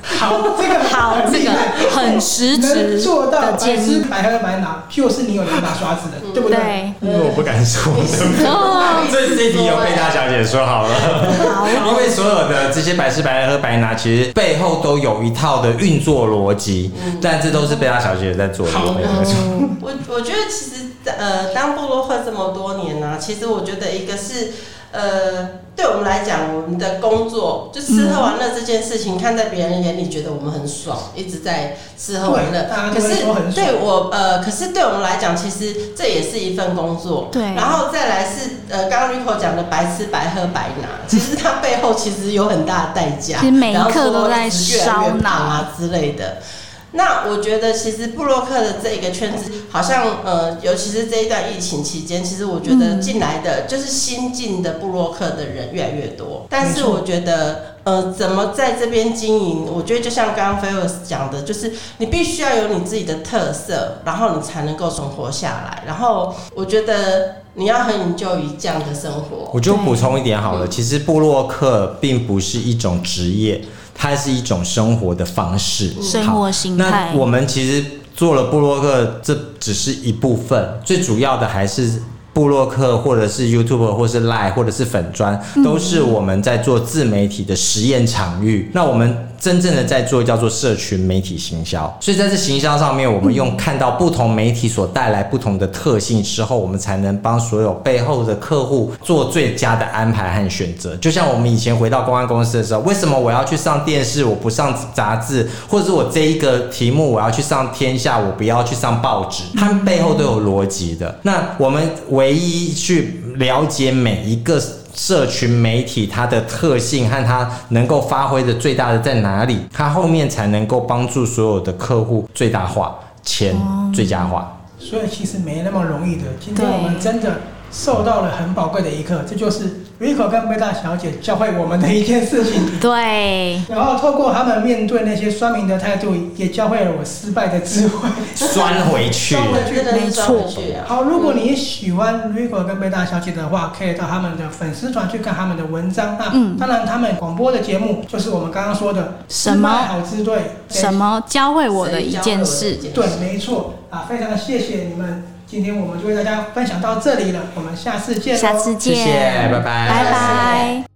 [SPEAKER 2] 好，这个
[SPEAKER 3] 好，
[SPEAKER 2] 很
[SPEAKER 3] 这
[SPEAKER 2] 厉
[SPEAKER 3] 个
[SPEAKER 2] 害
[SPEAKER 3] 很实
[SPEAKER 2] 能
[SPEAKER 3] 质
[SPEAKER 2] 做到
[SPEAKER 3] 的
[SPEAKER 2] 白
[SPEAKER 3] 建
[SPEAKER 2] 吃
[SPEAKER 3] 议，嗯
[SPEAKER 2] 白喝白拿，就是你有两把刷子的，对不对？
[SPEAKER 3] 对，
[SPEAKER 5] 因为我不敢说，对不对？
[SPEAKER 2] (laughs)
[SPEAKER 3] 哦，
[SPEAKER 5] 这这题由贝大小姐说好了，
[SPEAKER 3] 好，
[SPEAKER 5] 因为所有的这些白吃白喝白拿，其实背后都有一套的运作逻辑，但这都是贝大小姐在做的，
[SPEAKER 2] 好
[SPEAKER 5] 没有错。
[SPEAKER 4] (laughs) 我我觉得其实呃，当部落客这么多年呢、其实我觉得一个是呃，对我们来讲，我们的工作就吃
[SPEAKER 2] 嗯
[SPEAKER 4] 喝玩乐这件事情，看在别人眼里觉得我们很爽，一直在吃喝玩乐
[SPEAKER 2] 对大家。
[SPEAKER 4] 可
[SPEAKER 2] 都会
[SPEAKER 4] 是
[SPEAKER 2] 说很爽
[SPEAKER 4] 对我呃，可是对我们来讲，其实这也是一份工作。
[SPEAKER 3] 对
[SPEAKER 4] 然后再来是呃，刚刚 Rico 讲的白吃白喝白拿，其实它背后其实有很大的代价，
[SPEAKER 3] 其实每一
[SPEAKER 4] 然后
[SPEAKER 3] 刻都
[SPEAKER 4] 说
[SPEAKER 3] 在
[SPEAKER 4] 一直越来越
[SPEAKER 3] 烧
[SPEAKER 4] 胖
[SPEAKER 3] 脑
[SPEAKER 4] 啊之类的。那我觉得，其实布洛克的这一个圈子，好像呃，尤其是这一段疫情期间，其实我觉得进来的、就是新进的布洛克的人越来越多。但是我觉得，呃，怎么在这边经营，我觉得就像刚刚菲尔斯讲的，就是你必须要有你自己的特色，然后你才能够存活下来。然后我觉得你要很 enjoy 这样的生活。
[SPEAKER 5] 我就补充一点好了，其实布洛克并不是一种职业，它是一种生活的方式，
[SPEAKER 3] 生
[SPEAKER 5] 好
[SPEAKER 3] 活形态
[SPEAKER 5] 那我们其实做了布洛克，这只是一部分，最主要的还是。布洛克，或者是 YouTube，或是 Line，或者是粉砖，都是我们在做自媒体的实验场域。那我们真正的在做叫做社群媒体行销，所以在这行销上面，我们用看到不同媒体所带来不同的特性之后，我们才能帮所有背后的客户做最佳的安排和选择。就像我们以前回到公安公司的时候，为什么我要去上电视，我不上杂志，或者是我这一个题目我要去上天下，我不要去上报纸？它们背后都有逻辑的。那我们唯一去了解每一个。社群媒体它的特性和它能够发挥的最大的在哪里，它后面才能够帮助所有的客户最大化、钱最佳化。
[SPEAKER 2] 所以其实没那么容易的。今天
[SPEAKER 3] 对
[SPEAKER 2] 我们真的受到了很宝贵的一课，这就是 Rico 跟贝大小姐教会我们的一件事情。
[SPEAKER 3] 对，
[SPEAKER 2] 然后透过他们面对那些酸民的态度，也教会了我失败的智慧。
[SPEAKER 5] 钻回去
[SPEAKER 2] 钻回去
[SPEAKER 4] 真的
[SPEAKER 3] 没
[SPEAKER 4] 是
[SPEAKER 3] 错
[SPEAKER 4] 装回去啊！
[SPEAKER 2] 好，如果你喜欢 Rico 跟贝大小姐的话，可以到他们的粉丝团去看他们的文章。那、
[SPEAKER 3] 嗯
[SPEAKER 2] 当然，他们广播的节目就是我们刚刚说的
[SPEAKER 3] 什么
[SPEAKER 2] 支脉好支队
[SPEAKER 3] 什？么教会我的一件事，
[SPEAKER 2] 对，没错啊，非常谢谢你们，今天我们就为大家分享到这里了，我们下次见。
[SPEAKER 3] 下次见，
[SPEAKER 5] 谢谢拜拜
[SPEAKER 3] 拜拜。